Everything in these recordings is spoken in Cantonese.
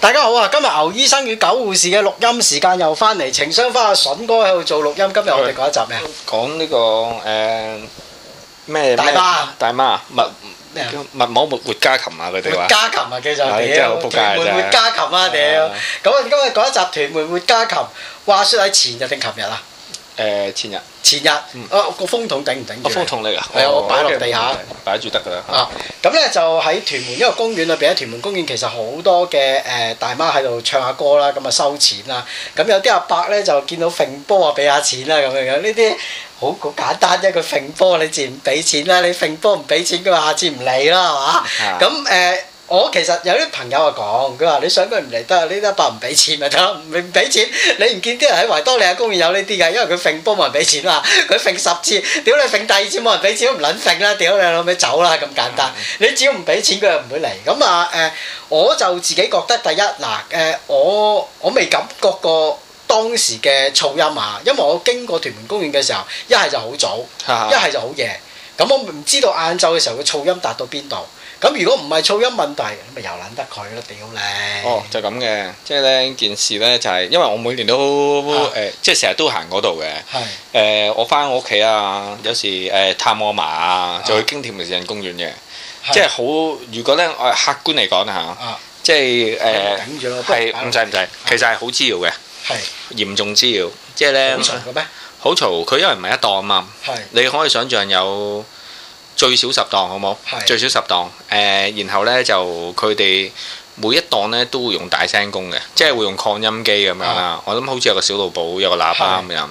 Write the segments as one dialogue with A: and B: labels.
A: 大家好啊！今日牛醫生與狗護士嘅錄音時間又翻嚟，情商花阿筍哥喺度做錄音。今日我哋講一集咩啊？
B: 講呢、個誒咩
A: 大媽
B: 咩大媽密
A: 咩啊
B: 密網活活家禽啊！佢哋
A: 活
B: 話
A: 家禽啊，叫做
B: 唉真係好
A: 屌
B: 仆街啊
A: 屯門活
B: 真係
A: 家禽啊，屌！
B: 啊
A: 咁我哋今日講一集屯門活家禽。話説喺前日定琴日啊？
B: 誒前日
A: 前日，啊個風筒頂唔頂住？
B: 我嗯風。筒嚟㗎，
A: 係啊我
B: 哦
A: 擺落地下，
B: 擺住得㗎啦。
A: 啊，咁咧就喺屯門一個公園裏邊，喺屯門公園其實好多嘅誒、呃大媽喺度唱下歌啦，咁啊收錢啦，咁有啲阿伯咧就見到揈波啊，俾下錢啦咁樣樣，呢啲好好簡單啫，佢揈波你自然俾錢啦，你揈波唔俾錢，佢話下次唔嚟啦，係嘛？
B: 啊
A: 咁誒、呃我其實有啲朋友啊講，佢話你想佢唔嚟得啊，呢啲阿伯唔俾錢咪得咯，唔唔俾錢，你唔見啲人喺維多利亞公園有呢啲㗎，因為佢揈波冇人俾錢嘛，佢揈十次，屌你揈第二次冇人俾錢都唔撚揈啦，屌你老味走啦咁簡單，你只要唔俾錢佢又唔會嚟，咁啊誒，我就自己覺得第一嗱誒，我我未感覺過。當時嘅噪音啊，因為我經過屯門公園嘅時候，一係就好早，
B: 啊
A: 一係就好夜。咁我唔知道晏晝嘅時候個噪音達到邊度。咁如果唔係噪音問題，咁咪又撚得佢咯，屌你！
B: 哦，就咁嘅，即係咧件事咧就係、因為我每年都誒、
A: 啊
B: 即係成日都行嗰度嘅。
A: 係
B: 誒、我翻我屋企啊，有時誒、探我嫲啊，就去經田明人公園嘅，
A: 係
B: 即係好。如果咧，我客觀嚟講啊嚇，
A: 啊，
B: 即係誒
A: 頂住咯，
B: 係唔使唔使，其實係好滋擾嘅，
A: 係
B: 嚴重滋擾，即係咧
A: 好嘈嘅咩？
B: 好嘈。佢因為唔係一檔啊嘛，
A: 係
B: 你可以想象有最少十檔，好冇
A: 係？
B: 最少十檔誒、然後咧就佢哋。每一檔咧都會用大聲公嘅，即係會用擴音機咁樣啦。我諗好似有個小露寶，有個喇叭咁樣。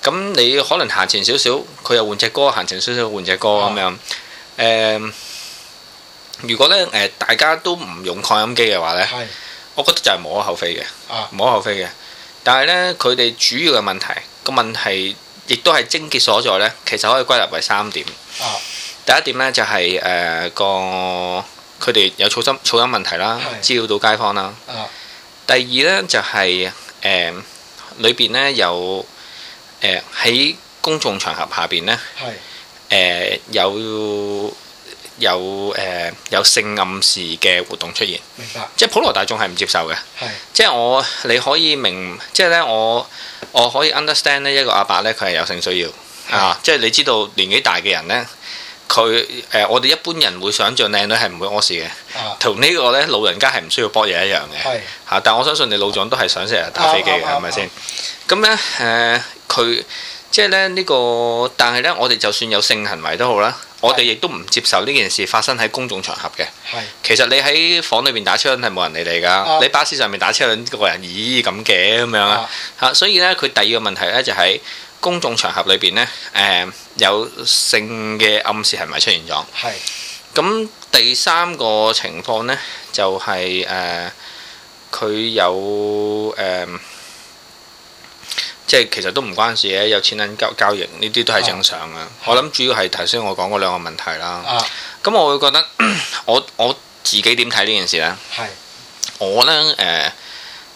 B: 咁你可能行前少少，佢又換隻歌；行前少少換隻歌咁樣。誒、如果咧誒、大家都唔用擴音機嘅話咧，
A: 係
B: 我覺得就係無可厚非嘅，
A: 啊
B: 無可厚非嘅。但係咧，佢哋主要嘅問題個問題，亦都係症結所在咧，其實可以歸納為三點。
A: 啊
B: 第一點咧就係、誒、個佢哋有噪音噪音問題啦，
A: 係
B: 滋擾到街坊啦。
A: 啊
B: 第二咧就係誒裏邊咧有誒喺、公眾場合下邊咧
A: 係
B: 誒有有誒、有性暗示嘅活動出現，
A: 明白
B: 即係普羅大眾係唔接受嘅。
A: 係
B: 即係我你可以明，即係咧我我可以 understand 呢一個阿伯咧，佢係有性需要啊！即係你知道年紀大嘅人咧，佢誒、呃我哋一般人會想像靚女係唔會屙屎嘅，
A: 啊
B: 同呢個咧老人家係唔需要搏嘢一樣嘅嚇、
A: 係
B: 啊但我相信你老總都係想成日打飛機嘅，
A: 啱啱
B: 係咪先？咁咧誒佢即係咧呢、呢個，但係咧我哋就算有性行為都好啦，我哋亦都唔接受呢件事發生喺公眾場合嘅。
A: 係
B: 其實你喺房裏邊打車輪係冇人理你㗎，
A: 啊
B: 你巴士上面打車輪個人咦咁嘅咁樣啊
A: 啊
B: 嚇，所以咧佢第二個問題咧就喺公眾場合裏邊咧誒有性嘅暗示行為出現咗。
A: 係
B: 咁第三個情況咧就係誒佢有誒。即係其實都唔關事嘅，有錢銀交交易呢啲都係正常嘅。我諗主要係頭先我講嗰兩個問題啦。
A: 啊
B: 咁我會覺得 我我自己點睇呢件事呢？
A: 係
B: 我呢，誒、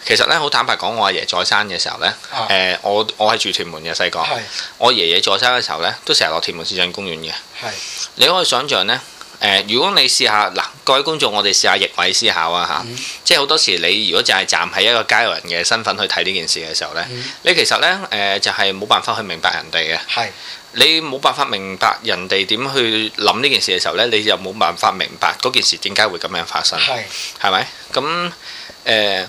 B: 其實呢，好坦白講，我阿爺在生嘅時候呢，誒、
A: 啊
B: 我我係住屯門嘅細個，
A: 係
B: 我爺爺在生嘅時候呢，都成日落屯門市鎮公園嘅。
A: 係
B: 你可以想象呢，誒、如果你試下嗱，各位觀眾，我哋試下逆位思考啊嚇，
A: 嗯
B: 即係好多時你如果就係站喺一個街外人嘅身份去睇呢件事嘅時候呢，
A: 嗯
B: 你其實呢，誒、就係、冇辦法去明白人哋嘅。
A: 係
B: 你冇辦法明白人哋點去諗呢件事嘅時候呢，你就冇辦法明白嗰件事點解會咁樣發生，
A: 係
B: 係咪？咁誒、呃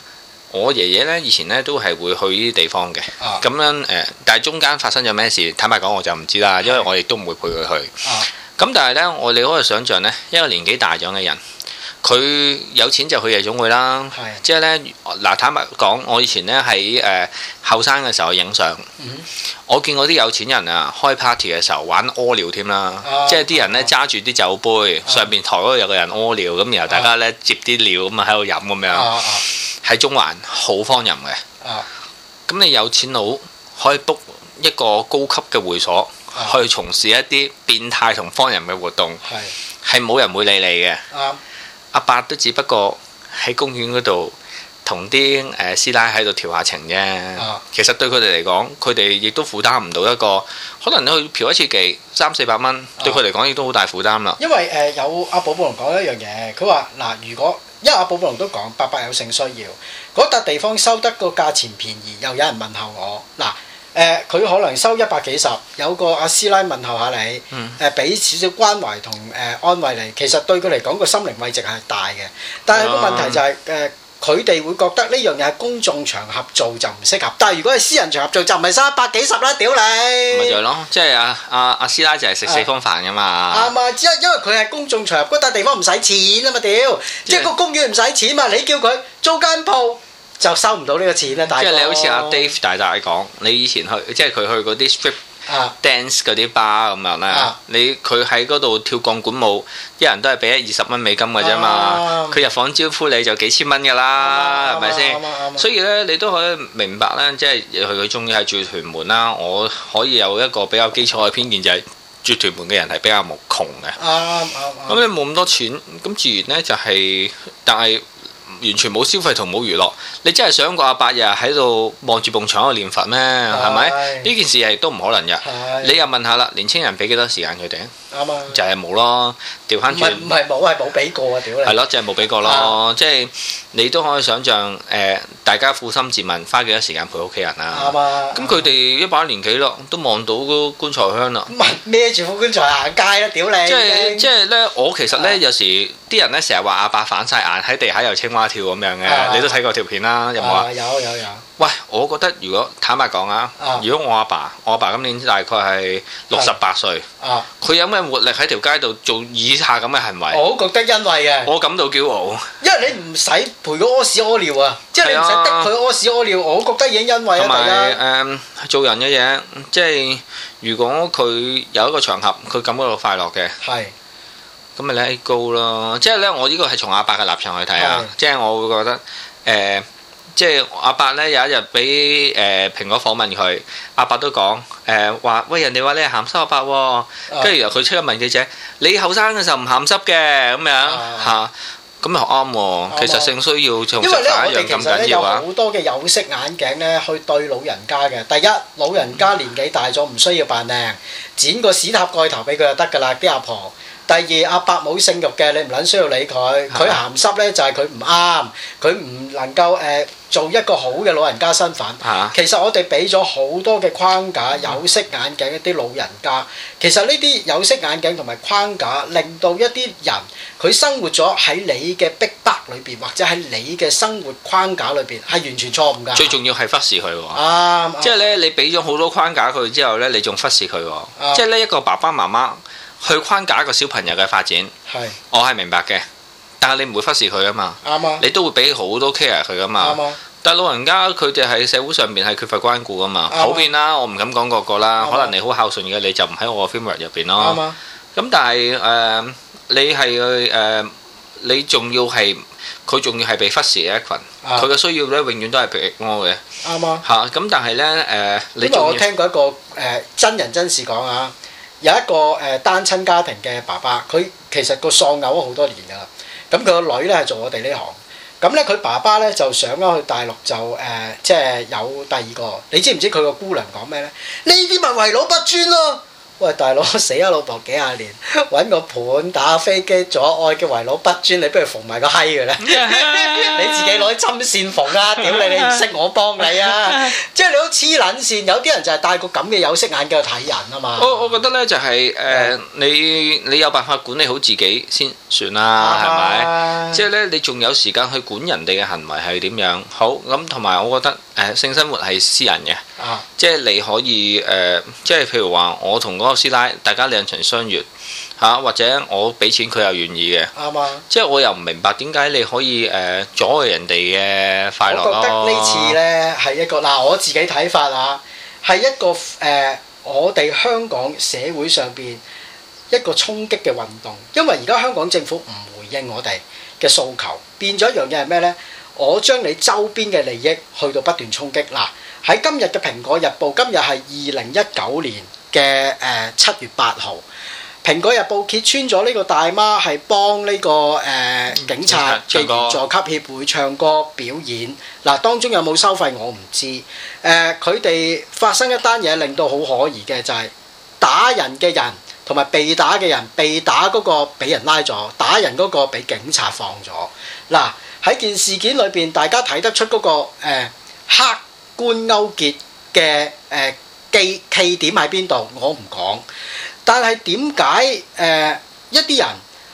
B: 我爺爺呢，以前呢都係會去呢啲地方嘅，
A: 啊
B: 咁樣誒、呃但係中間發生咗咩事，坦白講我就唔知啦，因為我亦都唔會陪佢去。
A: 啊
B: 咁但係呢，我哋可以想象呢，一個年紀大咗嘅人，佢有錢就去夜總會啦。
A: 係
B: 即係咧，嗱坦白講，我以前咧喺誒後生嘅時候影相，
A: 嗯
B: 我見過啲有錢人啊開 party 嘅時候玩屙尿添啦，
A: 啊
B: 即係啲人咧揸住啲酒杯，上邊台嗰度有個人屙尿，咁然後大家咧接啲尿咁啊喺度飲咁
A: 啊
B: 樣，
A: 啊
B: 喺中環好荒淫嘅。
A: 啊
B: 咁你有錢佬可以 book 一個高級嘅會所
A: 啊
B: 去從事一啲變態同荒淫嘅活動，
A: 係啊
B: 係冇人會理你嘅。
A: 啱
B: 阿伯都只不過喺公園嗰度同啲誒師奶喺度調下情啫。
A: 啊
B: 其實對佢哋嚟講，佢哋亦都負擔唔到一個可能你去嫖一次妓三四百
A: 啊
B: 蚊，對佢嚟講亦都好大負擔啦。
A: 因為誒、呃有阿寶寶龍講一樣嘢，佢話嗱，如果因為阿寶寶龍都講伯伯有性需要，嗰笪地方收得個價錢便宜，又有人問候我嗱。誒佢、可能收一百幾十，有個阿師奶問候下你，
B: 嗯
A: 誒俾、少少關懷同誒、呃安慰你，其實對佢嚟講個心靈慰藉係大嘅。但係個問題就係、誒，佢哋、會覺得呢樣嘢係公眾場合做就唔適合，但係如果係私人場合做就唔係收一百幾十啦，屌
B: 咪就係
A: 你！
B: 咯，即係阿阿阿師奶就係食四方飯噶嘛，
A: 啱啊，因因為佢係公眾場合，嗰笪地方唔使錢啊嘛，屌！即係個公園唔使錢嘛，你叫佢租間鋪就收唔到呢個錢啦，大
B: 即係你好似阿
A: 哥
B: Dave 大大講，你以前去即係佢去嗰啲 strip
A: 啊
B: dance 嗰啲 bar 咁樣咧
A: 啊，
B: 你佢喺嗰度跳鋼管舞，一人都係俾一二十蚊美金嘅啫嘛，
A: 啱
B: 佢入房招呼你就幾千蚊噶啦，係咪先
A: 啱？啊啊啱啊啱啊
B: 所以咧，你都可以明白咧，即係佢佢中意係住屯門啦。我可以有一個比較基礎嘅偏見，就係、住屯門嘅人係比較無窮嘅。
A: 啱啱啱
B: 咁你冇咁多錢，咁自然咧就係、但係完全冇消費同冇娛樂。你真係想個阿伯日日喺度望住埲牆喺度念佛咩？係咪？
A: 係
B: 呢件事係都唔可能嘅。
A: 係
B: 你又問下啦，年青人俾幾多時間佢哋？
A: 啱啊！
B: 就係冇咯，調翻
A: 唔
B: 轉
A: 係。唔係冇係冇俾過啊！屌
B: 係
A: 你！
B: 咯，即係冇俾過咯，即係你都可以想象誒、大家苦心自問，花幾多時間陪屋企人啊？
A: 啱啊！
B: 咁佢哋一把年紀咯，都望到嗰棺材香啦。
A: 唔係孭住副棺材行街啦，屌你！
B: 即係即係咧，我其實
A: 啊
B: 咧有時啲人咧成日話阿伯反晒眼喺地下有青蛙跳咁樣
A: 啊
B: 嘅，你都睇過條片啦，有冇啊？
A: 啊有有有啊！
B: 喂，我覺得如果坦白講啊
A: 啊，
B: 如果我阿爸，我阿爸今年大概係六十八歲，佢有咩活力喺條街度做以下咁嘅行為，
A: 我好覺得欣慰嘅，
B: 我感到驕傲。
A: 因為你唔使陪佢屙屎屙尿啊，即係你唔使
B: 係啊
A: 逼佢屙屎屙尿，我覺得已經欣慰啊！
B: 同
A: 大
B: 埋
A: 家
B: 誒做人嘅嘢，即係如果佢有一個場合，佢感覺到快樂嘅，
A: 係
B: 咁咪 let it go 咯。即係咧，我呢個係從阿伯嘅立場去睇啊，即係我會覺得誒、à, 即係阿伯咧有一日俾誒蘋果訪問佢，阿伯都講誒話，喂人哋話你係鹹濕阿伯喎、跟住然後佢即刻問記者：你後生嘅時候唔鹹濕嘅咁樣
A: 啊
B: 嚇，咁又啱
A: 啱啊
B: 喎。其實性需要同
A: 因
B: 食
A: 為咧，
B: 飯
A: 我
B: 一
A: 哋
B: 樣
A: 其
B: 咁
A: 實
B: 緊
A: 咧
B: 要
A: 有
B: 啊
A: 好。多嘅有色眼鏡咧，去對老人家嘅。第一，老人家年紀大咗，唔需要扮靚，剪個屎塔蓋頭俾佢就得㗎啦，啲阿婆。第二，阿伯冇性慾嘅，你唔撚需要理佢，佢鹹濕咧就係佢唔啱，佢唔能夠誒、呃做一個好嘅老人家身份。
B: 嚇
A: 其實我哋俾咗好多嘅框架、
B: 嗯
A: 有色眼鏡一啲老人家，其實呢啲有色眼鏡同埋框架，令到一啲人佢生活咗喺你嘅逼迫裏邊，或者喺你嘅生活框架裏邊，係完全錯誤㗎。
B: 最重要係忽視佢喎。
A: 啱，啱
B: 即係咧，你俾咗好多框架佢之後咧，你仲忽視佢
A: 啊
B: 喎。即係呢一個爸爸媽媽去框架一個小朋友嘅發展，
A: 係
B: 我係明白嘅，但係你唔會忽視佢啊嘛，
A: 啱啊，
B: 你都會俾好多 care 佢噶嘛。
A: 啱啊，
B: 但係老人家佢哋喺社會上面係缺乏關顧噶嘛，
A: 啱啊
B: 普遍啦，我唔敢講個個啦
A: 啱啊，
B: 可能你好孝順嘅你就唔喺我個 framework 入邊咯
A: 啱。啊，
B: 咁但係誒、你係去誒，你仲要係佢仲要係被忽視嘅一群，
A: 啊
B: 佢嘅需要咧永遠都係被我嘅
A: 啱啊。
B: 嚇。咁、但係咧誒，你
A: 因為啊我
B: 仲要
A: 聽過一個誒、呃真人真事講啊，有一個誒、呃、單親家庭嘅爸爸，佢其實個喪偶咗好多年㗎啦。咁佢個女咧係做我哋呢行，咁咧佢爸爸咧就上咗去大陸就誒、呃即係有第二個。你知唔知佢個姑娘講咩咧？呢啲咪為老不尊咯！喂，大佬死啊！老婆幾廿年，揾個盤打飛機阻礙嘅為老不尊，你不如縫埋個閪㗎啦！你 自己攞針線縫 啦，屌你！你唔識我幫你啊！即係你好黐撚線，有啲人就係戴個咁嘅有色眼鏡去睇人啊嘛。
B: 我我覺得咧就係、誒、你你有辦法管理好自己先算啦，係咪、
A: 咪
B: 即
A: 啊係
B: 係咧，你仲有時間去管人哋嘅行為係點樣？好咁，同埋我覺得誒、性生活係私人嘅，
A: 啊
B: 即係你可以誒、即係譬如話我同嗰個師奶，大家兩情相悅嚇、或者我俾錢佢又願意嘅，
A: 啱啊！
B: 即係我又唔明白點解你可以誒、阻礙人哋嘅
A: 我
B: 快樂
A: 覺得
B: 咯。
A: 呢次咧係一個嗱，我自己睇法啊，係一個誒、呃我哋香港社會上邊一個衝擊嘅運動，因為而家香港政府唔回應我哋嘅訴求，變咗一樣嘢係咩咧？我將你周邊嘅利益去到不斷衝擊嗱。喺今日嘅《蘋果日報》，今日係二零一九年嘅誒七月八號，《蘋果日報》揭穿咗呢個大媽係幫呢、個誒、呃警察嘅
B: 唱歌
A: 援助級協會唱歌表演，嗱當中有冇收費我唔知，誒佢哋發生一單嘢令到好可疑嘅就係、打人嘅人同埋被打嘅人，被打嗰個俾人拉咗，打人嗰個俾警察放咗。嗱喺件事件裏邊，大家睇得出嗰、個、呃、客觀勾結嘅誒記記點喺邊度，我唔講。但係點解誒一啲人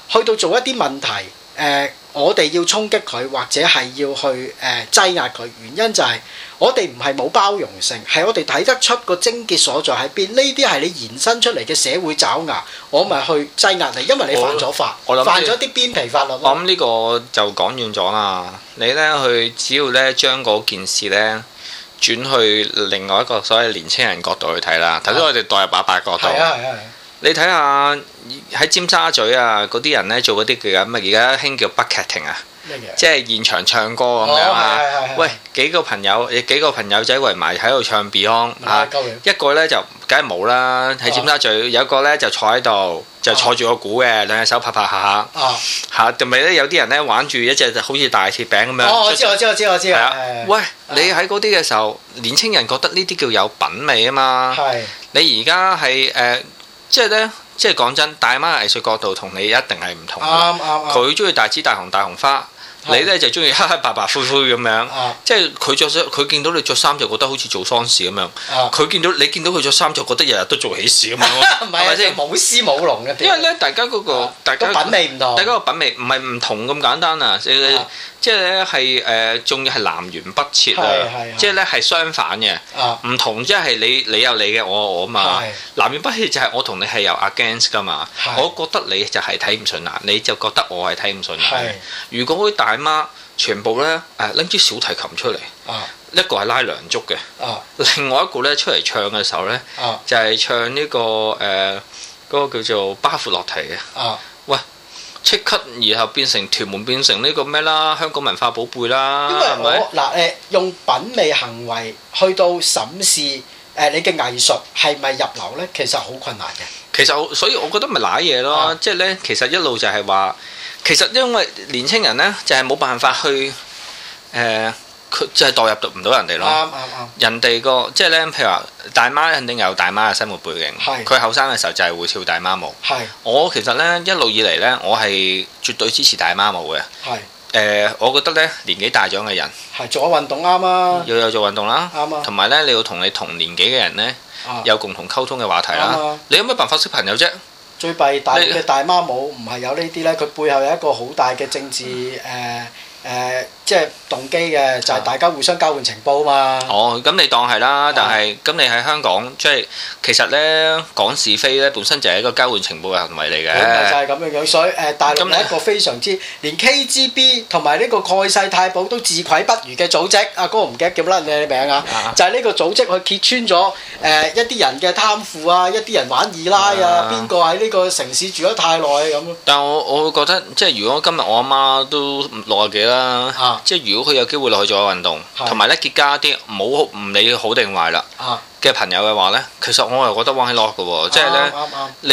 A: 去到做一啲問題誒、呃我哋要衝擊佢或者係要去誒、呃、擠壓佢？原因就係、我哋唔係冇包容性，係我哋睇得出個症結所在喺邊。呢啲係你延伸出嚟嘅社會爪牙，我咪去擠壓你，因為你犯咗法，
B: 我我諗
A: 犯咗啲邊皮法律
B: 我
A: 咯。
B: 諗呢個就講遠咗啦。你呢，去只要呢將嗰件事呢轉去另外一個所謂年青人角度去睇啦。頭先我哋代入阿伯角度，
A: 啊係啊係啊，
B: 你睇下喺尖沙咀啊，嗰啲人呢做嗰啲叫咩？而家興叫 bucketing 啊，
A: 咩嘢？
B: 即係現場唱歌咁樣
A: 哦
B: 啊。
A: 係係係係
B: 喂，幾個朋友，幾個朋友仔圍埋喺度唱 Beyond 啊
A: 啊，。夠了
B: 一個咧就梗係冇啦，
A: 哦
B: 喺尖沙咀有一個咧就坐喺度，就坐住個鼓嘅，兩隻手拍拍下下
A: 啊！
B: 嚇，同埋咧有啲人咧玩住一隻就好似大鐵餅咁樣。
A: 哦，我知我知我知我知，
B: 啊
A: 啊
B: 係
A: 係
B: 啊
A: 係，
B: 喂！你喺嗰啲嘅時候，年青人覺得呢啲叫有品味啊嘛。
A: 係
B: 你而家係誒，即係咧，即係講真，大媽藝術角度同你一定係唔同嘅。
A: 啱啱
B: 佢中意大枝大紅大紅花，你
A: 啊係
B: 咧就中意黑黑白白灰灰咁樣
A: 啱。啊
B: 即係佢着咗，佢見到你着衫就覺得好似做喪事咁樣。
A: 啊！
B: 佢見到你見到佢着衫就覺得日日都做喜事咁樣，
A: 唔
B: 係
A: 係啊，
B: 咪
A: 即
B: 先
A: 係？舞獅舞龍嘅，
B: 因為咧，大家嗰個
A: 啊
B: 大家
A: 個品味唔同
B: 大家，個品味唔係唔同咁簡單啊！誒
A: 啊
B: 即係咧係誒，仲要係南轅北
A: 係
B: 轍
A: 係
B: 啊
A: 係！
B: 即係咧係相反嘅，
A: 啊
B: 唔同即係你你有你嘅，我有我嘛。
A: 係
B: 南轅北轍就係我同你係有 against 噶嘛
A: 係。
B: 我覺得你就係睇唔順眼，你就覺得我係睇唔順
A: 係
B: 眼。如果嗰啲大媽全部咧誒拎支小提琴出嚟，
A: 啊
B: 一個係拉梁祝嘅，
A: 啊
B: 另外一個咧出嚟唱嘅時候咧。
A: 啊
B: 就係唱呢、個誒嗰、個叫做巴芙洛提嘅，
A: 啊
B: 即刻然後變成屯門變成呢個咩啦，香港文化寶貝啦，
A: 因為
B: 啊係咪？
A: 我嗱誒用品味行為去到審視誒你嘅藝術係咪入流咧，其實好困難嘅。
B: 其實我所以我覺得咪賴嘢咯，
A: 啊
B: 即係咧其實一路就係話，其實因為年青人咧就係、冇辦法去誒，佢、就係代入到唔到人哋
A: 啱
B: 咯。
A: 啱啱，
B: 人哋個即係咧，譬如話大媽肯定有大媽嘅生活背景
A: 係，
B: 佢後生嘅時候就係會跳大媽舞。
A: 係
B: 我其實咧一路以嚟咧，我係絕對支持大媽舞嘅。
A: 係
B: 誒、我覺得咧年紀大咗嘅人
A: 係做下運動啱啊，
B: 要有做運動啦，
A: 啱啊
B: 同埋咧你要同你同年紀嘅人咧
A: 啊
B: 有共同溝通嘅話題啦。
A: 啱啊
B: 你有咩辦法識朋友啫？
A: 最弊大
B: 你
A: 嘅大媽舞唔係有呢啲咧，佢背後有一個好大嘅政治誒誒、即係動機嘅，就係、大家互相交換情報嘛。
B: 啊哦，咁你當係
A: 啊
B: 啦，但係咁你喺香港即係其實咧講是非咧本身就係一個交換情報嘅行為嚟
A: 本來就係
B: 嘅。
A: 咁樣樣，所以誒、大陸
B: 咁你
A: 係一個非常之連 KGB 同埋呢個蓋世太保都自愧不如嘅組織，阿、哥唔記得叫乜你名啊，
B: 啊
A: 就係呢個組織去揭穿咗誒、一啲人嘅貪腐啊，一啲人玩二奶啊
B: 啊，
A: 邊個喺呢個城市住得太耐啊咁咯，
B: 但我我會覺得即係如果今日我阿媽都六啊幾啦，
A: 啊
B: 即係如果佢有機會落去做下運動，
A: 係
B: 同埋咧結交一啲冇唔理好定壞啦
A: 啊，
B: 嘅朋友嘅話咧，其實我又覺得 one hit lock 嘅喎，即係咧。
A: 啱啱啱
B: 你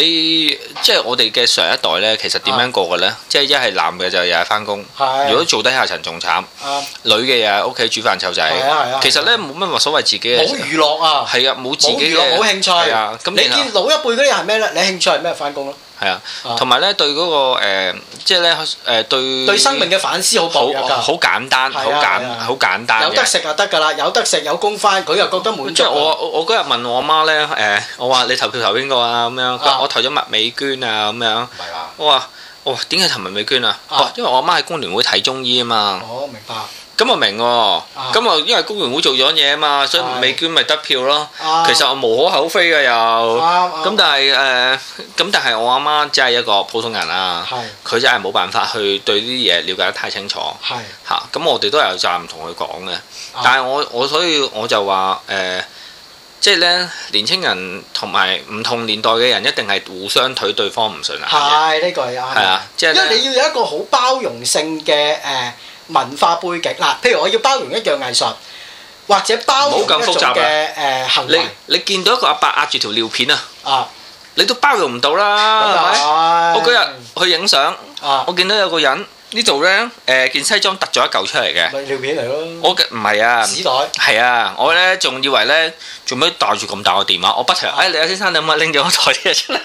B: 即係我哋嘅上一代呢，其實點樣過嘅呢？即係一係男嘅就日日翻工，
A: 啊係啊
B: 如果做低下層仲慘，
A: 啱
B: 女嘅又喺屋企煮飯
A: 係啊
B: 湊
A: 係
B: 仔
A: 啊。
B: 其實呢，冇乜話所謂自己嘅，
A: 冇娛樂啊！
B: 係啊，冇自
A: 冇
B: 己
A: 娛
B: 嘅
A: 樂冇興趣。
B: 係啊，咁
A: 你
B: 然後
A: 見老一輩嗰啲係咩咧？你興趣係咩？翻工咯，
B: 係啊
A: 啊，
B: 同埋呢對嗰個誒，即係呢誒對
A: 對生命嘅反思好薄
B: 好
A: 弱㗎。
B: 好簡單，
A: 係啊
B: 好
A: 係
B: 簡
A: 啊
B: 好簡單
A: 有得
B: 嘅。
A: 食就得㗎啦，有得食有工翻，佢又覺得滿
B: 即
A: 足
B: 係我
A: 啊。
B: 我我嗰日問我媽呢，誒，我話你投票投邊個啊？咁樣，佢話
A: 啊
B: 我投咗麥美娟啊，咁樣。
A: 唔係話，
B: 我話我話點解尋日美娟啊？
A: 啊
B: 哦，因為我阿媽喺工聯會睇中醫啊嘛，
A: 我明白。
B: 咁我明喎，咁我因為工聯會做咗嘢啊嘛，所
A: 啊係
B: 以美娟咪得票咯。
A: 啊
B: 其實我無可厚非嘅
A: 啱
B: 又，咁
A: 啱
B: 但係誒，咁但係我阿媽真係一個普通人啦，
A: 係
B: 佢真係冇辦法去對呢啲嘢了解得太清楚
A: 係
B: 嚇。咁我哋都有責任同佢講嘅，
A: 啊
B: 但係我我所以我就話誒。即係咧，年青人同埋唔同年代嘅人一定係互相睇對方唔順眼嘅，
A: 係呢個係啱。
B: 係啊，即係
A: 因
B: 呢
A: 為你要有一個好包容性嘅誒文化背景嗱，譬如我要包容一樣藝術，或者包容一
B: 唔好咁
A: 種
B: 複雜啊
A: 嘅誒行
B: 你
A: 為
B: 你見到一個阿伯壓住條尿片啊，
A: 啊，
B: 你都包容唔到啦，係咪？
A: 咁
B: 我
A: 就
B: 嗰日去影相，
A: 啊，
B: 我見到有個人呢度呢，誒件西裝突咗一嚿出嚟嘅，
A: 咪尿片嚟咯，
B: 我嘅唔係啊，
A: 紙袋。
B: 係啊，我呢仲以為呢，做咩帶住咁大 個電話，我不停，哎，李先生你有冇拎咗我台啲嘢出嚟？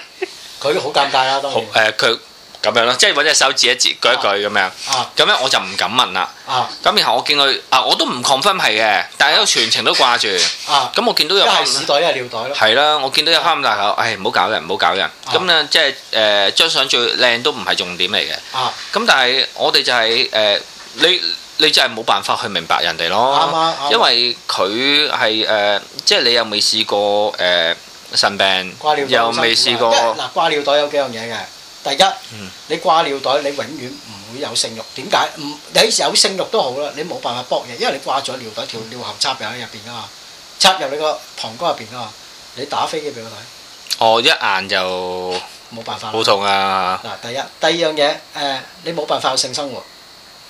A: 佢好尷尬啦，當
B: 好
A: 然
B: 誒，佢咁樣咯，即係揾隻手指一指，舉一舉咁樣。
A: 啊
B: 咁樣我就唔敢問啦。
A: 啊
B: 咁然後我見佢啊，我都唔 confirm 係嘅，但係都全程都掛住。
A: 啊！
B: 咁我見到
A: 一
B: 有
A: 係屎袋，一係尿袋咯。
B: 係啦，我見到有翻大口，唉，唔好搞人，唔好搞
A: 啊
B: 人。咁咧，即係誒張相最靚都唔係重點嚟嘅。
A: 啊，
B: 咁但係我哋就係、誒、你你就係冇辦法去明白人哋
A: 啱
B: 咯，
A: 啊，啱啊
B: 哦因為佢係誒，即係你又未試過誒、呃腎病，
A: 掛尿袋
B: 又
A: 好辛
B: 未
A: 苦
B: 試
A: 啊
B: 過
A: 一嗱掛尿袋有幾樣嘢嘅。第一，
B: 嗯
A: 你掛尿袋，你永遠唔會有性慾。點解？唔你有性慾都好啦，你冇辦法搏嘢，因為你掛咗尿袋，條尿喉插入喺入邊噶啊嘛，插入你個膀胱入邊噶啊嘛，你打飛機俾佢睇，
B: 哦一眼就
A: 冇辦法啦。
B: 好痛啊！
A: 嗱，第一，第二樣嘢，誒、你冇辦法有性生活，誒、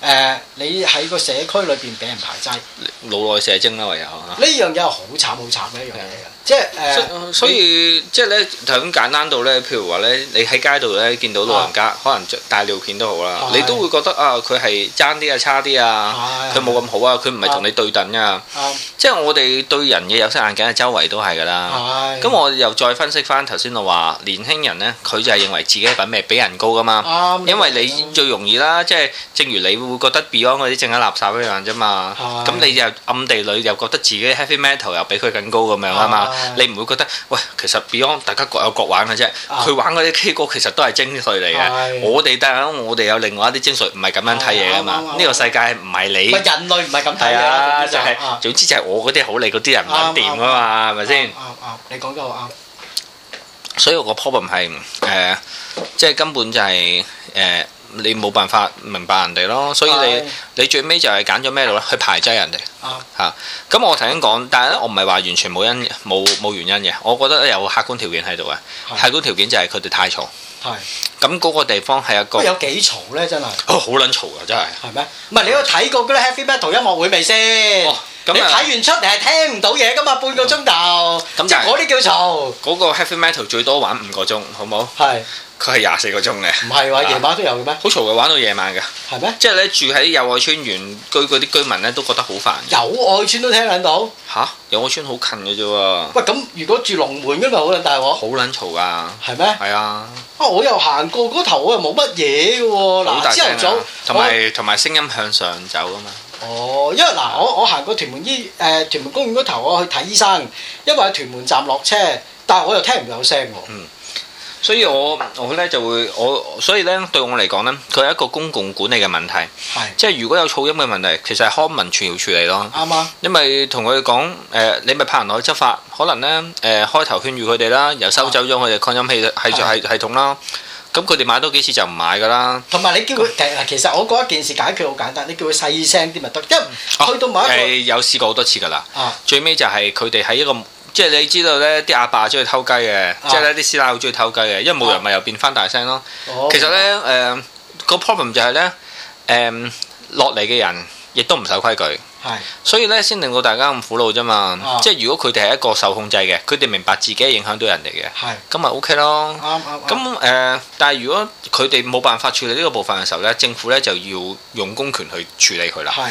A: 你喺個社區裏邊俾人排擠，呢
B: 啊腦內射精啦，唯有啊嚇。
A: 樣嘢係好慘好慘嘅一樣嘢嚟嘅，即係誒、嗯
B: 所所以即係咧，就咁簡單到咧，譬如話咧，你喺街度咧見到老人家，可能着大尿片都好啦，
A: 啊哦係
B: 你都會覺得啊，佢係爭啲啊，差啲啊，
A: 係
B: 佢冇咁好啊，佢唔係同你對等啊，
A: 啱
B: 即係我哋對人嘅有色眼鏡係周圍都係㗎啦。
A: 啊係
B: 咁我又再分析翻頭先我話年輕人咧，佢就係認為自己嘅品味比人高㗎嘛。
A: 啱，
B: 因為你最容易啦，即係正如你會覺得 Beyond 嗰啲正係垃圾一樣啫嘛。
A: 啊係
B: 咁你又暗地裏又覺得自己 heavy metal 又比佢更高咁樣啊嘛
A: 係。
B: 你唔會覺得喂，其實 Beyond 大家各有各玩嘅啫，
A: 啊
B: 佢玩嗰啲 K 歌其實都係精髓嚟
A: 係
B: 嘅。我哋但係我哋有另外一啲精髓，唔係咁樣睇嘢噶嘛
A: 啱啱啱。
B: 呢個世界唔係
A: 唔
B: 你
A: 係人類唔係咁啊睇
B: 係
A: 嘅啦，
B: 啊，
A: 根
B: 就
A: 本
B: 係
A: 就啊
B: 總之就係我嗰啲好，你嗰啲人唔撚掂噶嘛，係咪先
A: 啱？啱啱，你講得好啱，
B: 所以我個 problem 係誒、呃即係根本就係、呃你冇辦法明白人哋咯，所以
A: 係
B: 你你最尾就係揀咗咩路咧？去排擠人哋
A: 啱
B: 嚇。啊咁、我頭先講，但係咧，我唔係話完全冇因冇冇原因嘅，我覺得有客觀條件喺度嘅。
A: 係
B: 客觀條件就係佢哋太嘈，
A: 係，
B: 咁嗰個地方係
A: 不
B: 一個
A: 過有幾嘈咧，真係
B: 哦好撚嘈㗎，真係。
A: 係咩？唔係你有睇過嗰啲 heavy metal 音樂會未先？
B: 哦，
A: 你
B: 咁
A: 睇
B: 啊，
A: 完出嚟係聽唔到嘢噶嘛，半個鐘頭，
B: 咁
A: 即
B: 就
A: 係
B: 係
A: 嗰啲叫嘈，
B: 嗰個 heavy metal 最多玩五個鐘，好冇？
A: 係
B: 佢係廿四個鐘嘅，
A: 唔係話夜晚都有嘅咩？
B: 好嘈嘅，玩到夜晚嘅。
A: 係咩？
B: 即係咧住喺友愛村原居嗰啲居民咧都覺得好煩嘅。
A: 有愛村都聽撚到，喂
B: 吓，友愛村好近嘅啫喎，
A: 咁如果住龍門咁咪好撚大鑊，
B: 好撚嘈噶，
A: 係咩？
B: 係啊，
A: 啊我又行過嗰頭，我又冇乜嘢嘅喎。
B: 好大
A: 嗱，朝
B: 聲
A: 頭早
B: 啊，同埋同埋聲音向上走啊嘛，
A: 哦，因為嗱，我我行過屯門醫誒、呃屯門公園嗰頭，我去睇醫生，因為喺屯門站落車，但係我又聽唔到有聲喎。
B: 所以我我咧就會我所以咧對我嚟講咧，佢係一個公共管理嘅問題，
A: 係
B: 即係如果有噪音嘅問題，其實係康文署要處理咯。
A: 啱啊，
B: 你咪同佢講誒，你咪派人落去執法，可能咧誒、開頭勸喻佢哋啦，又收走咗
A: 啊
B: 佢哋擴音器系系系統啦，咁佢哋買多幾次就唔買噶啦。
A: 同埋你叫佢其實其實我覺得一件事解決好簡單，你叫佢細聲啲咪得，因為啊去到某一
B: 誒、
A: 個
B: 有試過好多次㗎啦。
A: 啊
B: 最尾就係佢哋喺一個，即係你知道咧，啲阿爸中意偷雞
A: 啊
B: 嘅，即係咧啲師奶好中意偷雞嘅，因為冇人咪又變翻大聲咯。
A: 哦
B: 其實咧，誒、個 problem 就係咧，誒落嚟嘅人亦都唔守規矩，
A: 係
B: 所以咧先令到大家咁苦惱啫嘛。
A: 啊
B: 即係如果佢哋係一個受控制嘅，佢哋明白自己影響到人哋嘅，
A: 係
B: 咁咪 OK 咯。
A: 啱啱
B: 咁
A: 啱
B: 誒、但係如果佢哋冇辦法處理呢個部分嘅時候咧，政府咧就要用公權去處理佢啦。
A: 係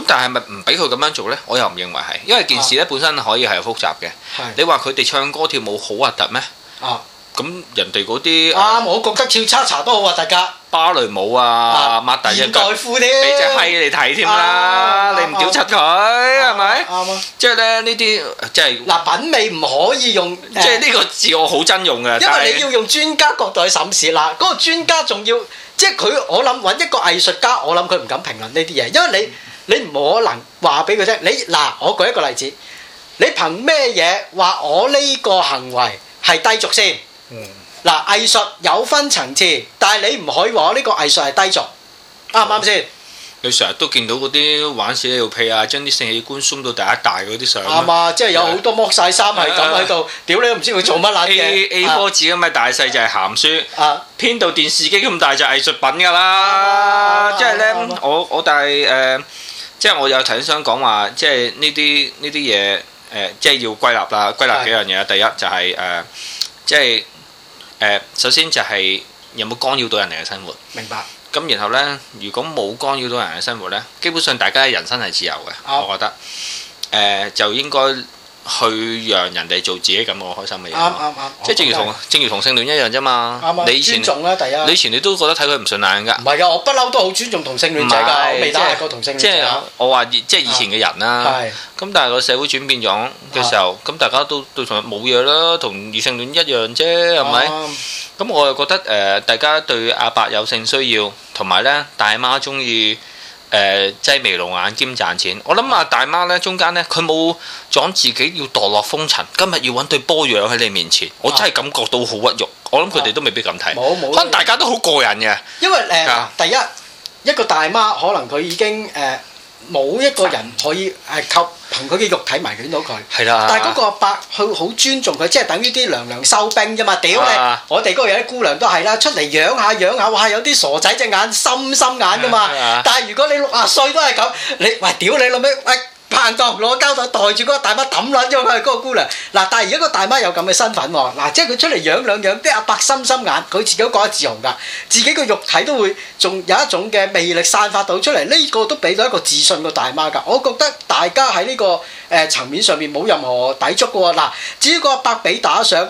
B: 咁但係咪唔俾佢咁樣做咧？我又唔認為係，因為件事咧
A: 啊
B: 本身可以係複雜嘅。
A: 係
B: 你話佢哋唱歌跳舞好核突咩？
A: 啊
B: 咁人哋嗰啲啊
A: 啱，我覺得跳叉茶都好啊核突㗎，
B: 芭蕾舞啊，擘大隻
A: 現代
B: 腳
A: 褲添，
B: 俾隻閪你睇添
A: 啊
B: 啦，你唔屌柒佢係咪？
A: 啱啊！
B: 即係咧呢啲即係
A: 嗱，品味唔可以用，
B: 即係呢個字我好憎用嘅，
A: 因
B: 但
A: 為你
B: 係
A: 要用專家角度去審視啦。嗰、個專家仲要，即係佢，我諗揾一個藝術家，我諗佢唔敢評論呢啲嘢，因為你你唔可能話俾佢聽。你嗱，我舉一個例子，你憑咩嘢話我呢個行為係低俗先？嗱，藝術有分層次，但係你唔可以話我呢個藝術係低俗，啱唔啱先？
B: 你成日都見到嗰啲玩屎尿屁啊，將啲性器官鬆到第一大嗰啲相
A: 啱
B: 啊。
A: 啊！即係有好多剝晒衫係咁喺度，屌你都唔知佢做乜撚
B: A
A: 嘢。
B: A 4紙咁嘅大細就係鹹書。
A: 啊
B: 編到電視機咁大就藝術品
A: 啊
B: 㗎啦，即係
A: 啱
B: 咧
A: 啊，
B: 我我但係誒，即係我有頭先想講話，即係呢啲呢啲嘢誒，即係要歸納啦，歸納幾樣嘢。第一就係誒，即係誒，首先就係有冇干擾到人哋嘅生活。
A: 明白
B: 咁然後咧，如果冇干擾到人
A: 啊
B: 嘅生活咧，基本上大家嘅人生係自由嘅，
A: 啱
B: 我覺得誒就應該去讓人哋做自己感覺開心嘅嘢
A: 啱
B: 咯。
A: 啱啱，
B: 即係正如同正如同性戀一樣啫嘛
A: 啱。
B: 你
A: 啊，
B: 以
A: 尊
B: 前
A: 重啦，第一。
B: 你以前你都覺得睇佢唔順眼㗎
A: 唔。係㗎，我不嬲都好尊重同性戀者
B: 唔係
A: 㗎，我未打
B: 即
A: 壓
B: 係
A: 過同性戀
B: 即係啊
A: 者。
B: 我話以即係以前嘅人啦。
A: 啊係嗯
B: 咁但係個社會轉變咗嘅時候，咁大家都對同冇嘢啦，同異性戀一樣啫，係咪？
A: 啱
B: 咁我又覺得誒、呃大家對阿伯有性需要，同埋咧大媽中意誒擠眉弄眼兼賺錢。我諗啊，
A: 嗯
B: 大媽咧中間咧，佢冇講自己要墮落風塵，今日要揾對波樣喺你面前，我真係感覺到好屈辱。我諗佢哋都未必咁睇，
A: 啊冇冇
B: 可能大家都好過癮嘅，
A: 因為誒、呃
B: 啊
A: 第一一個大媽可能佢已經誒冇、一個人可以誒靠憑佢嘅肉體埋戀到佢。
B: 係啦。
A: 但係嗰個阿伯佢好尊重佢，即係等於啲娘娘收兵啫嘛！屌你，
B: 啊
A: 我哋嗰度有啲姑娘都係啦，出嚟養下養下，哇！有啲傻仔隻眼深深眼噶嘛
B: 啊啊。
A: 但係如果你六啊歲都係咁，你喂屌你老味，喂棒當攞膠袋袋住嗰個大媽抌撚咗佢嗰個姑娘。嗱，但係而家個大媽有咁嘅身份喎，嗱，即係佢出嚟養兩養啲阿伯深深眼，佢自己都覺得自豪㗎，自己個肉體都會仲有一種嘅魅力散發到出嚟，呢、個都俾到一個自信個大媽㗎。我覺得大家喺呢、個誒、呃、層面上面冇任何抵觸㗎喎。嗱，至於個阿伯俾打賞，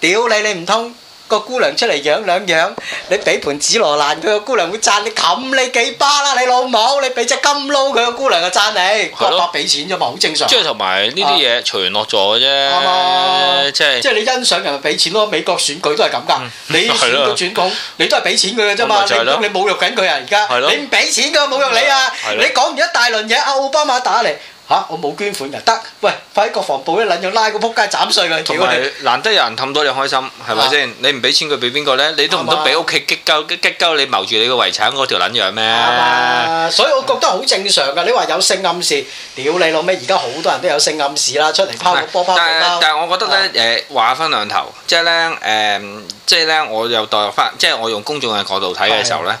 A: 屌你你唔通？個姑娘出嚟養兩養，你俾盤紫羅蘭佢個姑娘會讚你冚你幾巴啦！你老母，你俾隻金撈佢個姑娘就讚你，個
B: 係
A: 阿
B: 咯
A: 伯俾錢啫嘛，好正常。
B: 即係同埋呢啲嘢隨緣落座嘅
A: 啊啱啊
B: 啫，即係
A: 即係你欣賞人咪俾錢咯，美國選舉都係咁噶。你選
B: 係
A: 舉
B: 咯
A: 轉共，你都係俾錢佢嘅啫嘛。
B: 咪
A: 你
B: 就係
A: 唔
B: 咯
A: 通你侮辱緊佢啊？而家
B: 係咯
A: 你唔俾錢佢侮辱你啊
B: 係！
A: 你
B: 咯
A: 講完一大輪嘢，阿奧巴馬打嚟吓，我冇捐款嘅，得喂，快啲國防部啲撚樣拉個撲街斬碎佢，
B: 同
A: 屌
B: 埋
A: 你！
B: 難得有人氹到你開心，係咪先？你唔俾錢佢俾邊個咧？你都唔
A: 啱啊
B: 通俾屋企激鳩激鳩你謀住你個遺產嗰條撚樣咩？
A: 啱啊！所以我覺得好正常噶。你話有性暗示，屌你老味！而家好多人都有性暗示啦，出嚟拋個波拋個
B: 但係
A: 包。啊
B: 但係我覺得咧，誒話分兩頭，即係咧誒，即係咧，我又代入翻，即係我用公眾嘅角度睇嘅時候咧，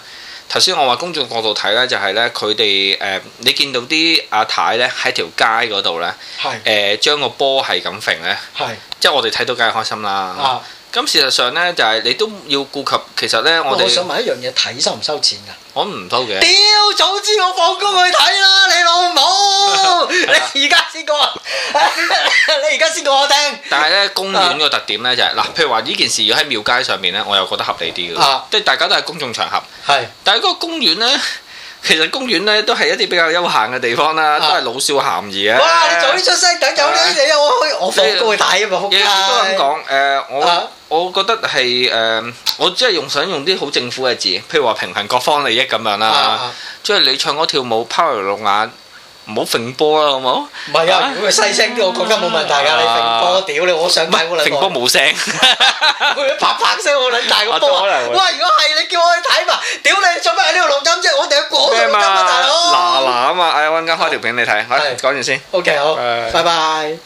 B: 頭先我話公眾角度睇咧，就係咧佢哋誒，你見到啲阿太咧喺條街嗰度咧，
A: 係
B: 誒將個波係咁揈咧，
A: 係
B: 即係我哋睇到梗係開心啦。
A: 啊！
B: 咁事實上咧，就係你都要顧及，其實咧
A: 不
B: 我
A: 過我想
B: 哋
A: 問一樣嘢，睇收唔收錢㗎？
B: 我唔偷嘅。
A: 屌，早知我放工去睇啦，你老母！ 你而家先講，你而家先講我聽。
B: 但係咧，公園個特點咧就係、嗱，譬如話呢件事要喺廟街上面咧，我又覺得合理啲嘅，
A: 啊
B: 即係大家都係公眾場合。
A: 係
B: 但係嗰個公園咧， 其實公園咧都係一啲比較休閒嘅地方啦，
A: 啊
B: 都係老少咸宜啊。
A: 哇！你早啲出聲，等有呢啲嘢我去我放工去睇啊嘛，仆
B: 亦
A: 街。
B: 都咁講，誒、我、
A: 啊
B: 我覺得係誒、我只係用想用啲好政府嘅字，譬如話平衡各方利益咁樣啦。
A: 啊
B: 即係、你唱歌跳舞拋嚟露眼，唔好揈波啦，好冇？
A: 唔係啊！如果佢細聲啲，我覺得冇問題㗎。你揈波，屌你！我想
B: 唔
A: 睇我
B: 係
A: 兩
B: 揈
A: 個
B: 波。冇聲。
A: 佢啪啪聲好撚大個波啊！
B: 啊都可能會
A: 哇！如果係你叫我去睇嘛，屌你做咩喺呢度錄音啫？我哋去嗰度
B: 咩
A: 錄音
B: 嘛？
A: 啊，大
B: 嗱嗱
A: 佬。
B: 啊嘛！哎，我陣間開條片你睇，好
A: 係
B: 講完先。
A: OK，好，
B: 誒
A: 拜拜。